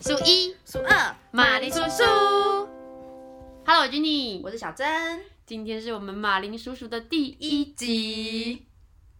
数一，数二，马铃薯叔。Hello，我 Jenny，我是小珍。今天是我们马铃叔叔的第一集。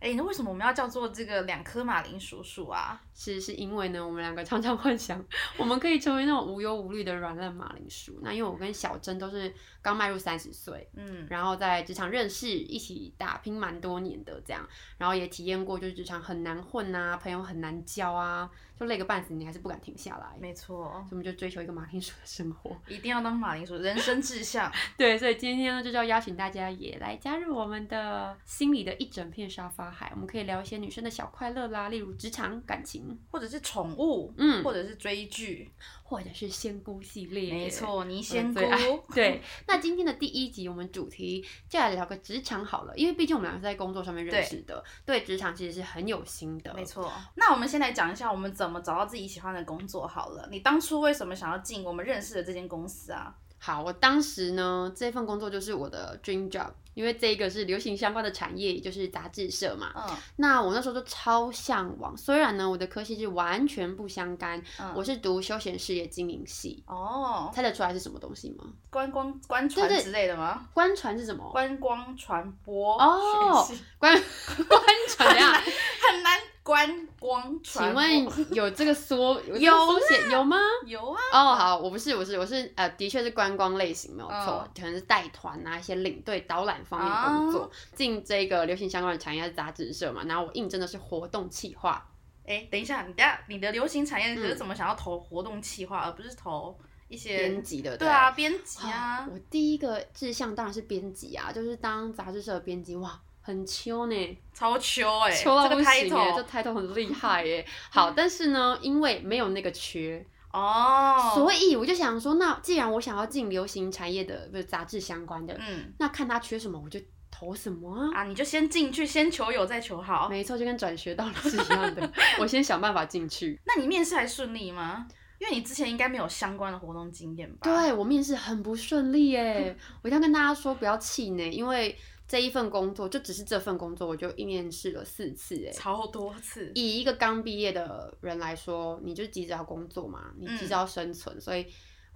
哎，那为什么我们要叫做这个两颗马铃薯薯啊？是是因为呢，我们两个常常幻想，我们可以成为那种无忧无虑的软烂马铃薯。那因为我跟小珍都是刚迈入三十岁，嗯，然后在职场认识，一起打拼蛮多年的这样，然后也体验过就是职场很难混啊，朋友很难交啊，就累个半死，你还是不敢停下来。没错所以，我们就追求一个马铃薯的生活。一定要当马铃薯，人生志向。对，所以今天呢，就是要邀请大家也来加入我们的心里的一整片沙发海，我们可以聊一些女生的小快乐啦，例如职场、感情，或者是宠物，嗯，或者是追剧。或者是仙姑系列。没，错，泥仙姑最。爱对。那今天的第一集，我们主题就来聊个职场好了，因为毕竟我们俩是在工作上面认识的，对职场其实是很有心的。没，错，那我们先来讲一下我们怎么找到自己喜欢的工作好了。你当初为什么想要进我们认识的这间公司啊？好，我当时呢，这份工作就是我的 dream job，因为这一个是流行相关的产业，也就是杂志社嘛。嗯那我那时候就超向往，虽然呢我的科系是完全不相干，嗯，我是读休闲事业经营系，哦，猜得出来是什么东西吗？观光观船对对之类的吗？观船是什么？观光传播哦学系观 观船怎样？很难观光传啊请播。问有这个缩有这个有缩写啊有吗？有啊？哦，好，我不是，我是，我是，呃，的确是观光类型，没有错，嗯哦可能是带团啊，一些领队、导览方面的工作。进这个流行相关的产业是杂志社嘛，然后我应征的是活动企划，哎，等一下，你等一下你的流行产业是怎么想要投活动企划，而不是投一些编？辑的，不哦对啊，编辑啊，我第一个志向当然是编辑啊，就是当杂志社的编辑，哇，很秋呢，超秋哎，秋到不这个行哎，这嗯 title 抬头很厉害耶。好，但是呢，因为没有那个缺，哦，所以我就想说，那既然我想要进流行产业的，不是杂志相关的，嗯那看他缺什么我就投什么啊。啊，你就先进去，先求有再求好。没错，就跟转学道理是一样 的。我先想办法进去。那你面试还顺利吗？因为你之前应该没有相关的活动经验吧？，对我面试很不顺利耶， 我一定要跟大家说不要气馁，因为这一份工作就只是这份工作，我就一面试了四次哎。超多次。以一个刚毕业的人来说，你就急着要工作嘛，你急着要生存，所以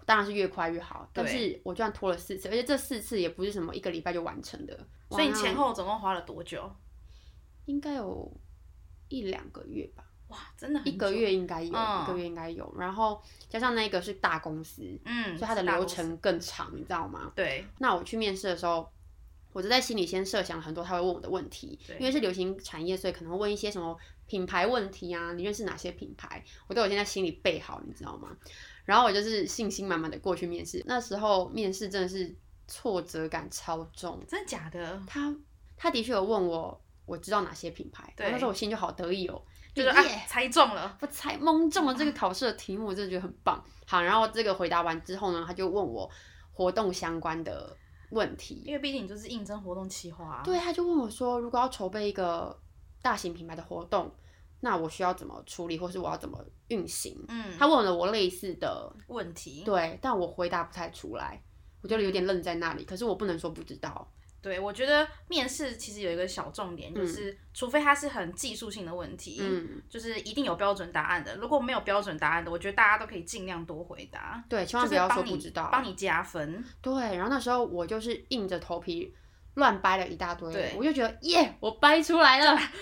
当然是越快越好。嗯对但是我居然拖了四次，而且这四次也不是什么一个礼拜就完成的，所以你哇前后总共花了多久？应该有一两个月吧，哇，真的很一个久。月应该有，嗯一个月应该有。然后加上那个是大公司，嗯，所以它的是大流公司程更长，你知道吗？对，那我去面试的时候，我就在心里先设想很多他会问我的问题对，因为是流行产业，所以可能会问一些什么品牌问题啊，你认识哪些品牌，我都有先在心里备好，你知道吗？然后我就是信心满满的过去面试，那时候面试真的是挫折感超重，真的假的？他他的确有问我。我知道哪些品牌，对然后那时候我心里就好得意哦，就是耶啊，猜中了。我才蒙中了这个考试的题目，我真的觉得很棒。好，然后这个回答完之后呢，他就问我活动相关的问题，因为毕竟你就是应征活动企划、啊。对，他就问我说，如果要筹备一个大型品牌的活动，那我需要怎么处理，或是我要怎么运行？嗯，他问了我类似的，问题，对，但我回答不太出来，我就有点愣在那里。可是我不能说不知道，对我觉得面试其实有一个小重点，就是、除非它是很技术性的问题，嗯，就是一定有标准答案的。如果没有标准答案的，我觉得大家都可以尽量多回答，对，千就万是不要说帮不你知道。帮你加分。对，然后那时候我就是硬着头皮乱掰了一大对堆，我就觉得耶，我掰出来了啊！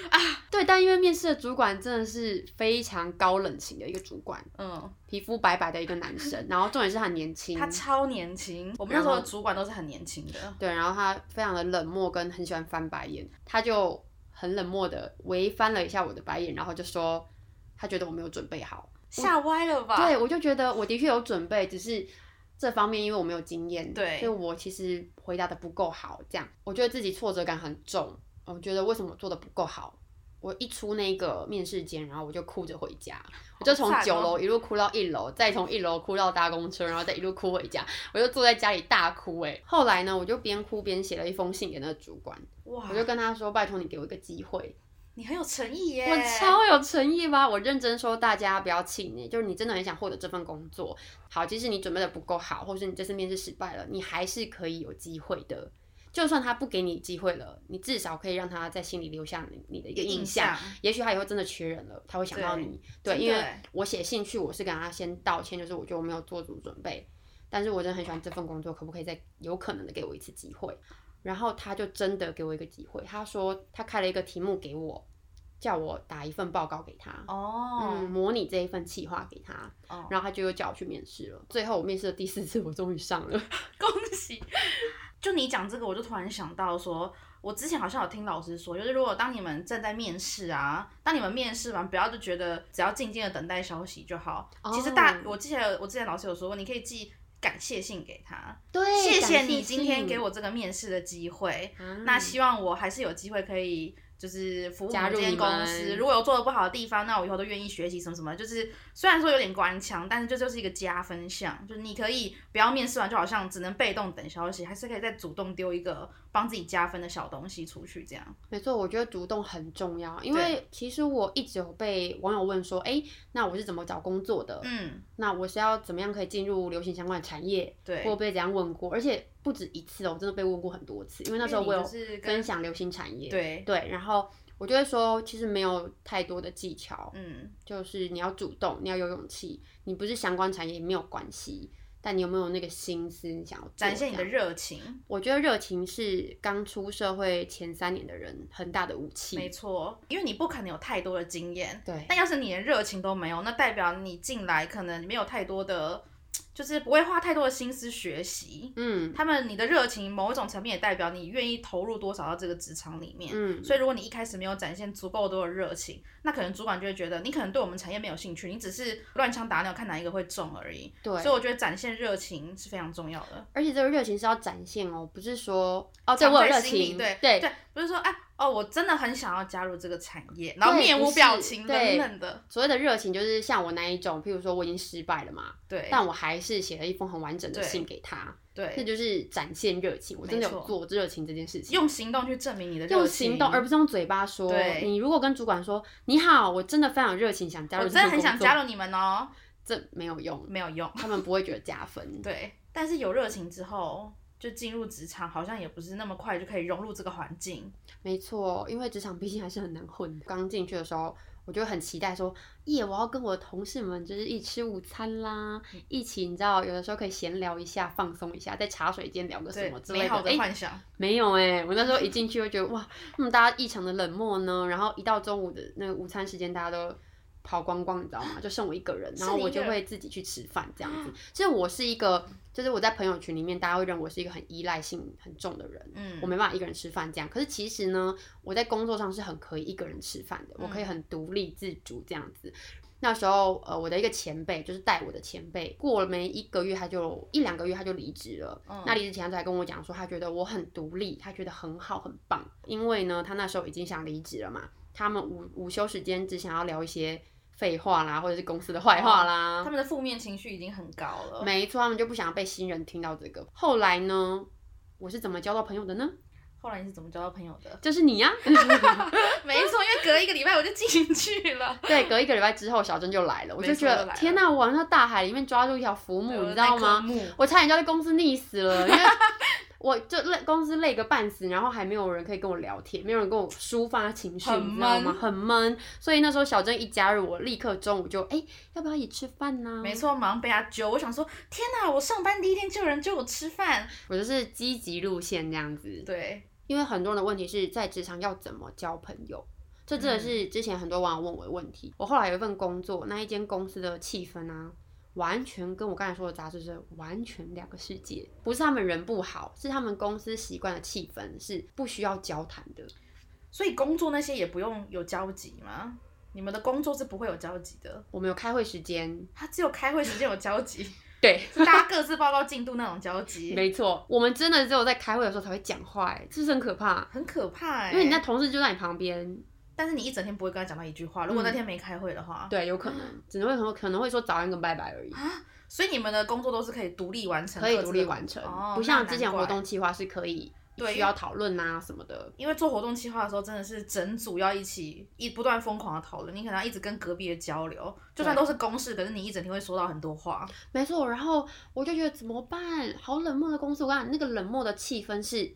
对，但因为面试的主管真的是非常高冷型的一个主管，嗯，皮肤白白的一个男生，然后重点是他很年轻，他超年轻，我们那时候的主管都是很年轻的。对，然后他非常的冷漠，跟很喜欢翻白眼，他就很冷漠的微翻了一下我的白眼，然后就说他觉得我没有准备好。吓歪了吧？对，我就觉得我的确有准备，只是这方面因为我没有经验，对所以我其实回答的不够好，这样我觉得自己挫折感很重，我觉得为什么我做的不够好。我一出那个面试间，然后我就哭着回家，我就从惨哦九楼一路哭到一楼，再从一楼哭到搭公车，然后再一路哭回家。我就坐在家里大哭哎、后来呢，我就边哭边写了一封信给那个主管，哇我，就跟他说：“拜托你给我一个机会。”你很有诚意耶！我超有诚意吧？我认真说，大家不要气馁，就是你真的很想获得这份工作。好，即使你准备的不够好，或是你这次面试失败了，你还是可以有机会的。就算他不给你机会了，你至少可以让他在心里留下你你的一个印印象。象，也许他以后真的缺人了，他会想到对你。对，真因的为欸我写信去，我是跟他先道歉，就是我觉得我没有做足准备，但是我真的很喜欢这份工作，可不可以再有可能的给我一次机会？然后他就真的给我一个机会，他说他开了一个题目给我，叫我打一份报告给他。嗯，哦，模拟这一份企划给他，哦然后他就又叫我去面试了。最后我面试的第四次，我终于上了。 恭喜！就你讲这个，我就突然想到说，我之前好像有听老师说，就是如果当你们正在面试啊，当你们面试完，不要就觉得只要静静的等待消息就好。其实大哦，我之前有我之前老师有说过，你可以寄感谢信给他，对，谢谢 感你今天信给。我这个面试的机会。啊那希望我还是有机会可以。就是服务加这入间你公们司，如果有做的不好的地方，那我以后都愿意学习什么什么。就是虽然说有点官腔，但是这就是一个加分项。就是你可以不要面试完就好像只能被动等消息，还是可以再主动丢一个帮自己加分的小东西出去，这样。没错，我觉得主动很重要，因为其实我一直有被网友问说，哎，那我是怎么找工作的？嗯，那我是要怎么样可以进入流行相关的产业？对。我被怎样问过，而且不止一次哦，我真的被问过很多次，因为那时候因为我你有就是跟分享流行产业，对，对，然后我就会说，其实没有太多的技巧，嗯，就是你要主动，你要有勇气，你不是相关产业没有关系，但你有没有那个心思，你想要做展现你这的样热情，我觉得热情是刚出社会前三年的人很大的武器，没错，因为你不可能有太多的经验，对，但要是你连热情都没有，那代表你进来可能没有太多的，就是不会花太多的心思学习。嗯他们你的热情某一种层面也代表你愿意投入多少到这个职场里面。嗯，所以，如果你一开始没有展现足够多的热情，那可能主管就会觉得你可能对我们产业没有兴趣，你只是乱枪打鸟看哪一个会中而已。对所以，我觉得展现热情是非常重要的。而且这个热情是要展现哦，不是说哦，对藏我有在热心里情，对对对，不是说哎哦，我真的很想要加入这个产业，然后对面不无是表情冷对冷的，所谓的热情就是像我那一种，譬如说我已经失败了嘛，对但我还是写了一封很完整的对信给他，对这，就是展现热情。我真的没有错做热情这件事情，用行动去证明你的热情，用行动，而不是用嘴巴说对。你如果跟主管说你好，我真的非常有热情，想加入，我真的很想加，入你们哦，这没有用， 没有用。他们不会觉得加分。对，但是有热情之后，就进入职场，好像也不是那么快就可以融入这个环境。没错，因为职场毕竟还是很难混。刚进去的时候，我就很期待说，耶，我要跟我的同事们就是一起吃午餐啦，嗯一起你知道，有的时候可以闲聊一下，放松一下，在茶水间聊个什对么之，类美好的诶幻想。没有哎、我那时候一进去就觉得哇，嗯，大家异常的冷漠呢。然后一到中午的那个午餐时间，大家都跑光光，你知道吗？就剩我一个人，是然后你我一个啊就会自己去吃饭这样子。其实我是一个，就是我在朋友圈里面，大家会认为我是一个很依赖性很重的人。嗯，我没办法一个人吃饭这样，可是其实呢，我在工作上是很可以一个人吃饭的，我可以很独立自主这样子。那时候，呃，我的一个前辈就是带我的前辈，过了没一个月，他就一两个月他就离职了。嗯那离职前他就还跟我讲说，他觉得我很独立，他觉得很好很棒，因为呢，他那时候已经想离职了嘛，他们午午休时间只想要聊一些废话啦，或者是公司的坏话啦，他们的负面情绪已经很高了。没错，他们就不想被新人听到这个。后来呢，我是怎么交到朋友的呢？？后来你是怎么交到朋友的 就是你啊 呀、没错，因为隔一个礼拜我就进去 了，对，隔一个礼拜之后，小珍就来了，我就觉没错就得来了天哪、我好像在大海里面抓住一条浮 木，我你的知道那颗吗？木？我差点就在公司溺死了， 因为我就累，公司累个半死，然后还没有人可以跟我聊天，没有人跟我抒发情绪，很你知道吗闷？很闷。所以那时候小珍一加入，我立刻中午就哎、要不要一起吃饭呢、没错，马上被他揪。我想说，天哪！我上班第一天就有人揪我吃饭。我就是积极路线这样子。对，因为很多人的问题是在职场要怎么交朋友，这真的是之前很多网友问我的问题。我后来有一份工作，那一间公司的气氛啊，完全跟我刚才说的杂志社完全两个世界。不是他们人不好，是他们公司习惯的气氛是不需要交谈的。所以工作那些也不用有交集吗？你们的工作是不会有交集的。我们有开会时间，他只有开会时间有交集，对，是 大家各自报告进度那种交集，没错，我们真的只有在开会的时候才会讲话、欸，这是很可怕。很可怕哎、因为你那，同事就在你旁边，但是你一整天不会跟他讲到一句话。如果那天没开会的话，嗯对，有可能只能会可能可能会说早安跟拜拜而已。所以你们的工作都是可以独立完成，可以各自独的立完成，哦不那像之前难怪活动计划是可以对需要讨论啊什么的。因为做活动计划的时候，真的是整组要一起一不断疯狂的讨论，你可能要一直跟隔壁的交流，就算都是公事，可是你一整天会说到很多话。没错，然后我就觉得怎么办？好冷漠的公司，我跟你讲，那个冷漠的气氛是。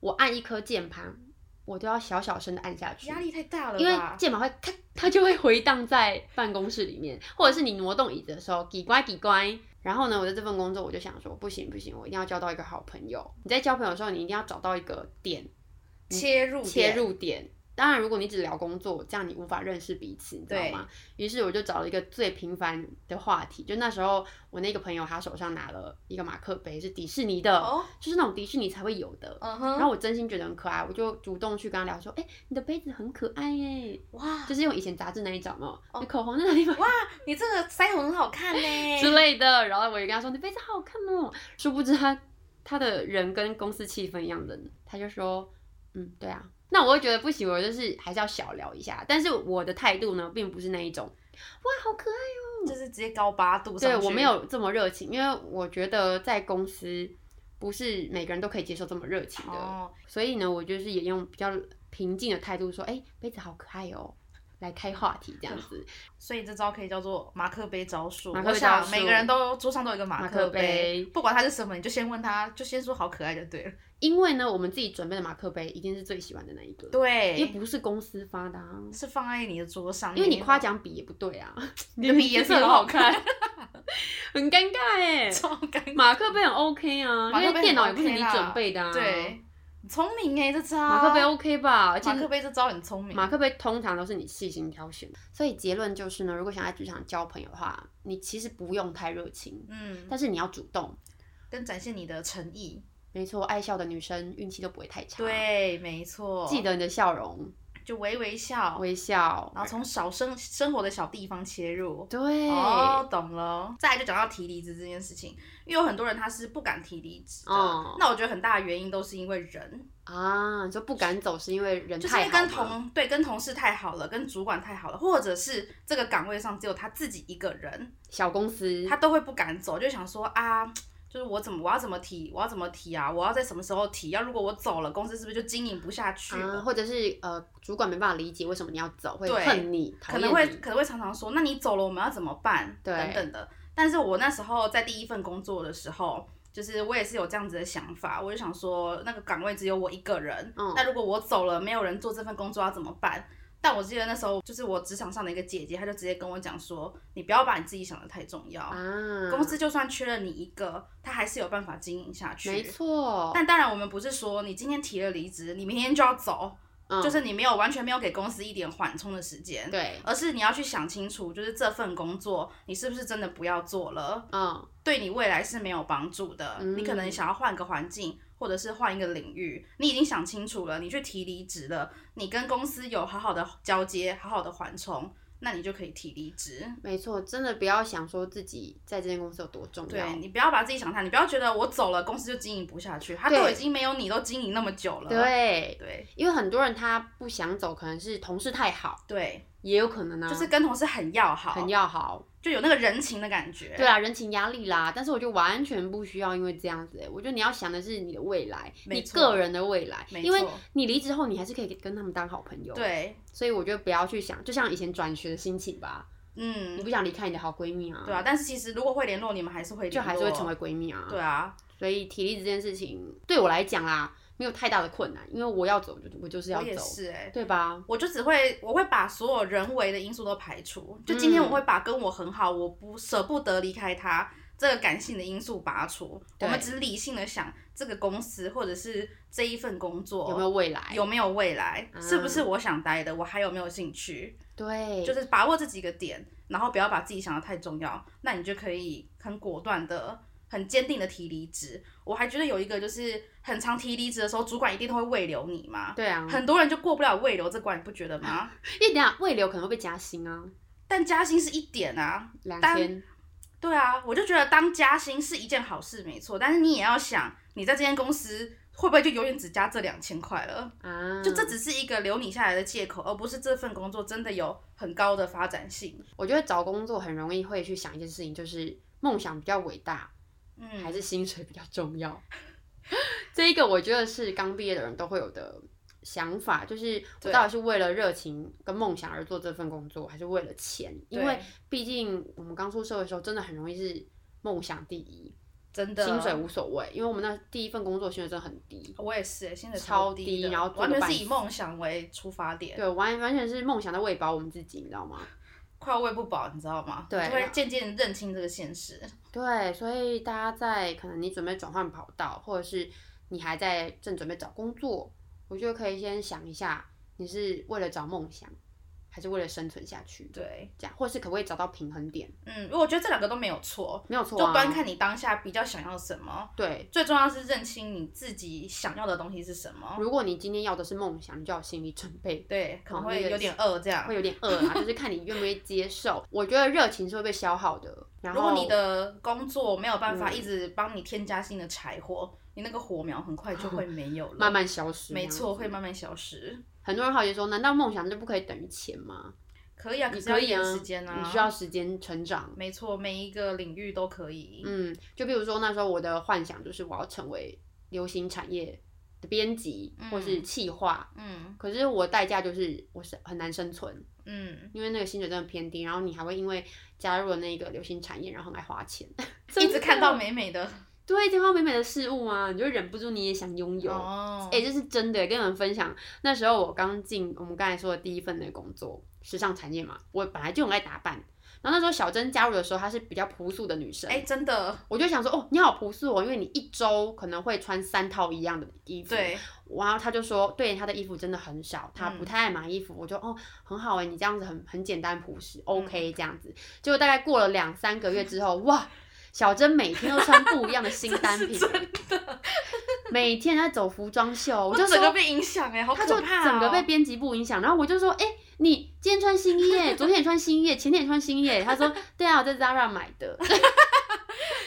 我按一颗键盘，我都要小小声的按下去压，力太大了吧，因为键盘会咔，它就会回荡在办公室里面，或者是你挪动椅子的时候，叽乖叽乖。然后呢，我在这份工作，我就想说，不行不行，我一定要交到一个好朋友。你在交朋友的时候，你一定要找到一个点切入切点入点。当然，如果你只聊工作，这样你无法认识彼此，你知道对吗？于是我就找了一个最平凡的话题，就那时候我那个朋友他手上拿了一个马克杯，是迪士尼的，哦，就是那种迪士尼才会有的。嗯然后哼，我真心觉得很可爱，我就主动去跟他聊说，哎、你的杯子很可爱耶，哇，就是用以前杂志那一种嘛，哦你口红在哪里买哇，你这个腮红很好 看呢，之类的。然后我就跟他说，你杯子好好看哦。殊不知他他的人跟公司气氛一样的，他就说，嗯，对啊。那我会觉得不行，我就是还是要小聊一下。但是我的态度呢，并不是那一种，哇，好可爱。就是直接高八度上对去，我没有这么热情，因为我觉得在公司不是每个人都可以接受这么热情的。哦，所以呢，我就是也用比较平静的态度说，哎、杯子好可爱哦。来开话题这样子，所以这招可以叫做马克杯招数。马克杯招我想数每个人都桌上都有一个马马克克杯不管它是什么，你就先问他，就先说好可爱就对了。因为呢，我们自己准备的马克杯一定是最喜欢的那一个，因为对，不是公司发的、啊，是放在你的桌上，因为你夸奖笔也不对 啊，嗯你的笔颜色很好看， 很尴尬哎、超尴尬。马克杯很 OK 啊，马克杯因为很电脑也不是 OK 你啦准备的啊，，对，很聪明哎、这招马克杯 OK 吧，而且马克杯这招很聪明。马克杯通常都是你细心挑选，所以结论就是呢，如果想在职场交朋友的话，你其实不用太热情，嗯，但是啊你要主动。跟展现你的诚意。没错，爱笑的女生运气都不会太差。，对，没错，记得你的笑容，就微微笑，微笑。然后从小生生活的小地方切入。对，哦，懂了。再来就讲到提离职这件事情，因为有很多人他是不敢提离职的。哦那我觉得很大的原因都是因为人，啊，你说不敢走是因为人就是因太为好跟吗同对跟同事太好了，跟主管太好了，或者是这个岗位上只有他自己一个人，小公司，他都会不敢走，就想说啊，就是我怎么我要怎么提，我要怎么提啊，我要在什么时候提？要如果我走了，公司是不是就经营不下去啊，了？或者是呃，主管没办法理解为什么你要走，会对恨你，讨可厌能会你可能会常常说，那你走了我们要怎么办？对等等的。但是我那时候在第一份工作的时候。就是我也是有这样子的想法，我就想说那个岗位只有我一个人，嗯那如果我走了，没有人做这份工作要怎么办？但我记得那时候就是我职场上的一个姐姐，她就直接跟我讲说，你不要把你自己想的太重要，啊，公司就算缺了你一个，他还是有办法经营下去。没。错，但当然，我们不是说你今天提了离职，你明天就要走，嗯就是你没有完全没有给公司一点缓冲的时间，对，而是你要去想清楚，就是这份工作你是不是真的不要做了，嗯，对你未来是没有帮助的。嗯你可能想要换个环境，或者是换一个领域，你已经想清楚了，你去提离职了，你跟公司有好好的交接，好好的缓冲，那你就可以提离职。没错，真的不要想说自己在这间公司有多重要对。你不要把自己想太，你不要觉得我走了公司就经营不下去，他对都已经没有你都经营那么久了。对，对因为很多人他不想走，可能是同事太好，对也有可能呢、就是跟同事很要好，嗯很要好。就有那个人情的感觉。对啊，人情压力啦，但是我觉得完全不需要因为这样子、欸。我觉得你要想的是你的未来，没你错个人的未来，没因为错你离职后你还是可以跟他们当好朋友。，对，所以我觉得不要去想，就像以前转学的心情吧，你嗯，不想离开你的好闺蜜啊，对啊。但是其实如果会联络，你们还是会就联络还是会成为。闺蜜啊。对啊，所以体力这件事情对我来讲啦，没有太大的困难，因为我要走就我就是要我也走，是哎、对吧？我就只会，我会把所有人为的因素都排除。就今天嗯我会把跟我很好，我不舍不得离开他这个感性的因素拔除。我对们只理性的想这个公司或者是这一份工作有没有未来？有没有未来，啊是不是我想待的，我还有没有兴趣，对，就是把握这几个点，然后不要把自己想的太重要，那你就可以很果断的、很坚定的提离职。我还觉得有一个就是很常提离职的时候，主管一定都会慰留你嘛，对啊，很多人就过不了慰留这关，你不觉 得吗？因为等一下未留可能会被加薪啊，但加薪是一点啊，两当千对啊，我就觉得当加薪是一件好事，没错，但是你也要想，你在这间公司会不会就永远只加这两千块了？啊，就这只是一个留你下来的借口，而不是这份工作真的有很高的发展性。我觉得找工作很容易会去想一件事情，就是梦想比较伟大，嗯，还是薪水比较重要？ 这一个我觉得是刚毕业的人都会有的想法，就是我对到底是为了热情跟梦想而做这份工作，还是为了钱？因为对毕竟我们刚出社会的时候，真的很容易是梦想第一。真的薪水无所谓，因为我们那第一份工作薪水真的很低，我也是、欸，薪水超低的，低然后做完得全半是以死梦想为出发点，对，完完全是梦想在喂饱我们自己，你知道吗？快要喂不饱，你知道吗？对就会渐渐认清这个现实。对，所以大家在可能你准备转换跑道，或者是你还在正准备找工作，我觉得可以先想一下，你是为了找梦想，还是为了生存下去？对，这样，或是可不可以找到平衡点？嗯，我觉得这两个都没有错，没有错、就啊，端看你当下比较想要什么。对。最重要是认清你自己想要的东西是什么。如果你今天要的是梦想，你就要有心理准备，对，可能好那会个有点饿这样会。有点饿啊，就是看你愿不愿意接受。我觉得热情是会被消耗的。然如后果你的工作没有办法嗯一直帮你添加新的柴火，你那个火苗很快就 会没有了，慢慢消失，没错，会。慢慢消失。很多人好奇说，难道梦想就不可以等于钱吗？可以啊，可你是要可一以点啊，时间啊，你需要时间成长。没错，每一个领域都可以。嗯，就比如说那时候我的幻想就是我要成为流行产业的编辑嗯或是企划，嗯可是我代价就是我是很难生存，嗯，因为那个薪水真的偏低，然后你还会因为加入了那个流行产业，然后很爱花 钱，一直看到美美美的对，看到美美的事物啊，你就忍不住你也想拥有。哦哎、这是真的，跟你们分享。那时候我刚进我们刚才说的第一份的工作，时尚产业嘛，我本来就很爱打扮。然后那时候小珍加入的时候，她是比较朴素的女生，哎、真的，我就想说，哦，你好朴素哦，因为你一周可能会穿三套一样的衣服。。对，然后他就说，对，他的衣服真的很少，他嗯不太爱买衣服。我就哦，很好哎，你这样子很很简单朴实，OK 嗯这样子。结果大概过了两三个月之后，哇，小珍每天都穿不一样的 新单品，每天在走服装秀，我就整个说。被影响哎、好他可就怕、哦、整个被编辑部影响，然后我就说，哎、你今天穿新衣耶，昨天也穿新衣耶，前天也穿新衣耶。他说，对啊，我在 Zara 买的。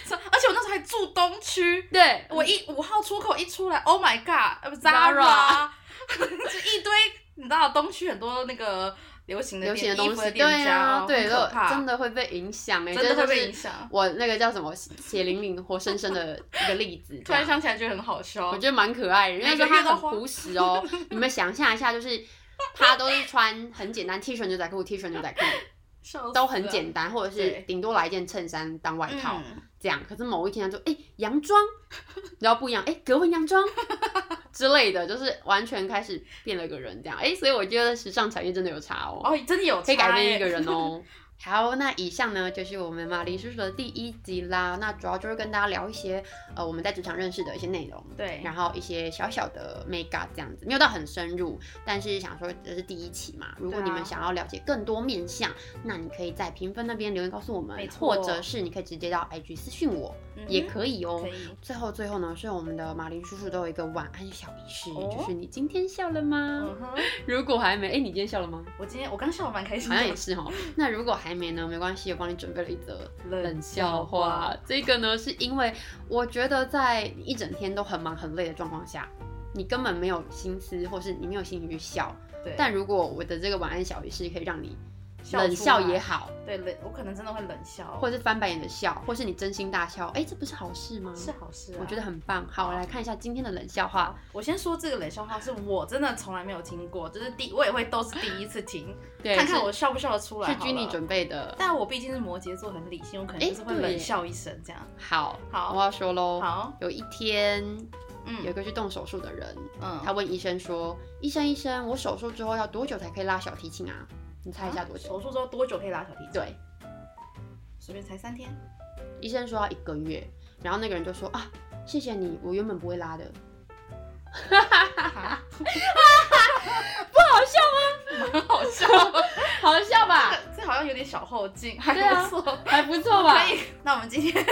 而且我那时候还住东区，对，我一五号出口一出来，Oh my god，呃不嗯 Zara ，Zara，就一堆，你知道东区很多那个流行的流行的店东衣服西，的对店家啊，哦，对，很可都怕，真的会被影响哎，真这的会就被是影响。我那个叫什么血淋淋、活生生的一个例子， 突这样然想起来觉得很好笑我，觉得蛮可爱的，因为每个说月他都很花朴实哦。你们想象一下，就是他都是穿很简单 T 恤牛仔裤、T 恤牛仔裤笑死都很了简单，或者是对顶多来一件衬衫当外套嗯这样。可是某一天他就哎洋装，然后不一样哎格纹洋装之类的，就是完全开始变了个人这样。哎，所以我觉得时尚产业真的有差哦。哦，真的有可以改差变一耶个人 哦。好，那以上呢就是我们马林叔叔的第一集啦。那主要就是跟大家聊一些呃我们在职场认识的一些内容，对，嗯然后一些小小的 make up 这样子，没有到很深入，但是想说这是第一期嘛。如果对啊你们想要了解更多面向，那你可以在评分那边留言告诉我们没，或错者是你可以直接到 IG 私讯我、嗯也哼可以哦可。以。最后最后呢，是我们的马林叔叔都有一个晚安小仪式，哦就是你今天笑了吗？嗯哼，如果还没，哎、你今天笑了吗？我今天我刚笑得蛮开心好的，像也是哦。那如果还没呢，没关系，我帮你准备了一则冷冷笑笑话话。这个呢，是因为我觉得在你一整天都很忙很累的状况下，你根本没有心思，或是你没有心情去笑。对，但如果我的这个晚安小仪式可以让你笑冷出笑来也好，对冷，我可能真的会冷笑，或者是翻白眼的笑，或是你真心大笑，哎、这不是好事吗？是好事、啊。我觉得很棒。好，我来看一下今天的冷笑话。我先说这个冷笑话是我真的从来没有听过，就是第我也会都是第一次听， 对，看看是我笑不笑得出来。是居你，准备的。但我毕竟是摩羯座，很理性，我可能诶就是会对啊耶冷笑一声这样。好，好我要说喽。好，有一天，有一嗯个去动手术的人，嗯，他问医生说：“医生，医生，我手术之后要多久才可以拉小提琴啊？你猜一下多久？”手术之后多久可以拉小提琴？，对，随便才三 天。医生说要一个月，然后那个人就说：“啊，谢谢你，我原本不会拉的。哈，”很好笑， 好笑吧？ 这好像有点小后劲，还对啊不错。还不错吧？ 可以，那我们今天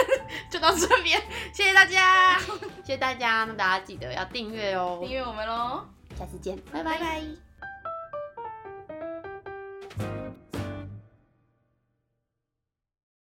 就到这边，谢谢大家， 谢谢大家，那大家记得要订阅哦订，阅我们喽，下次见，拜拜拜。拜。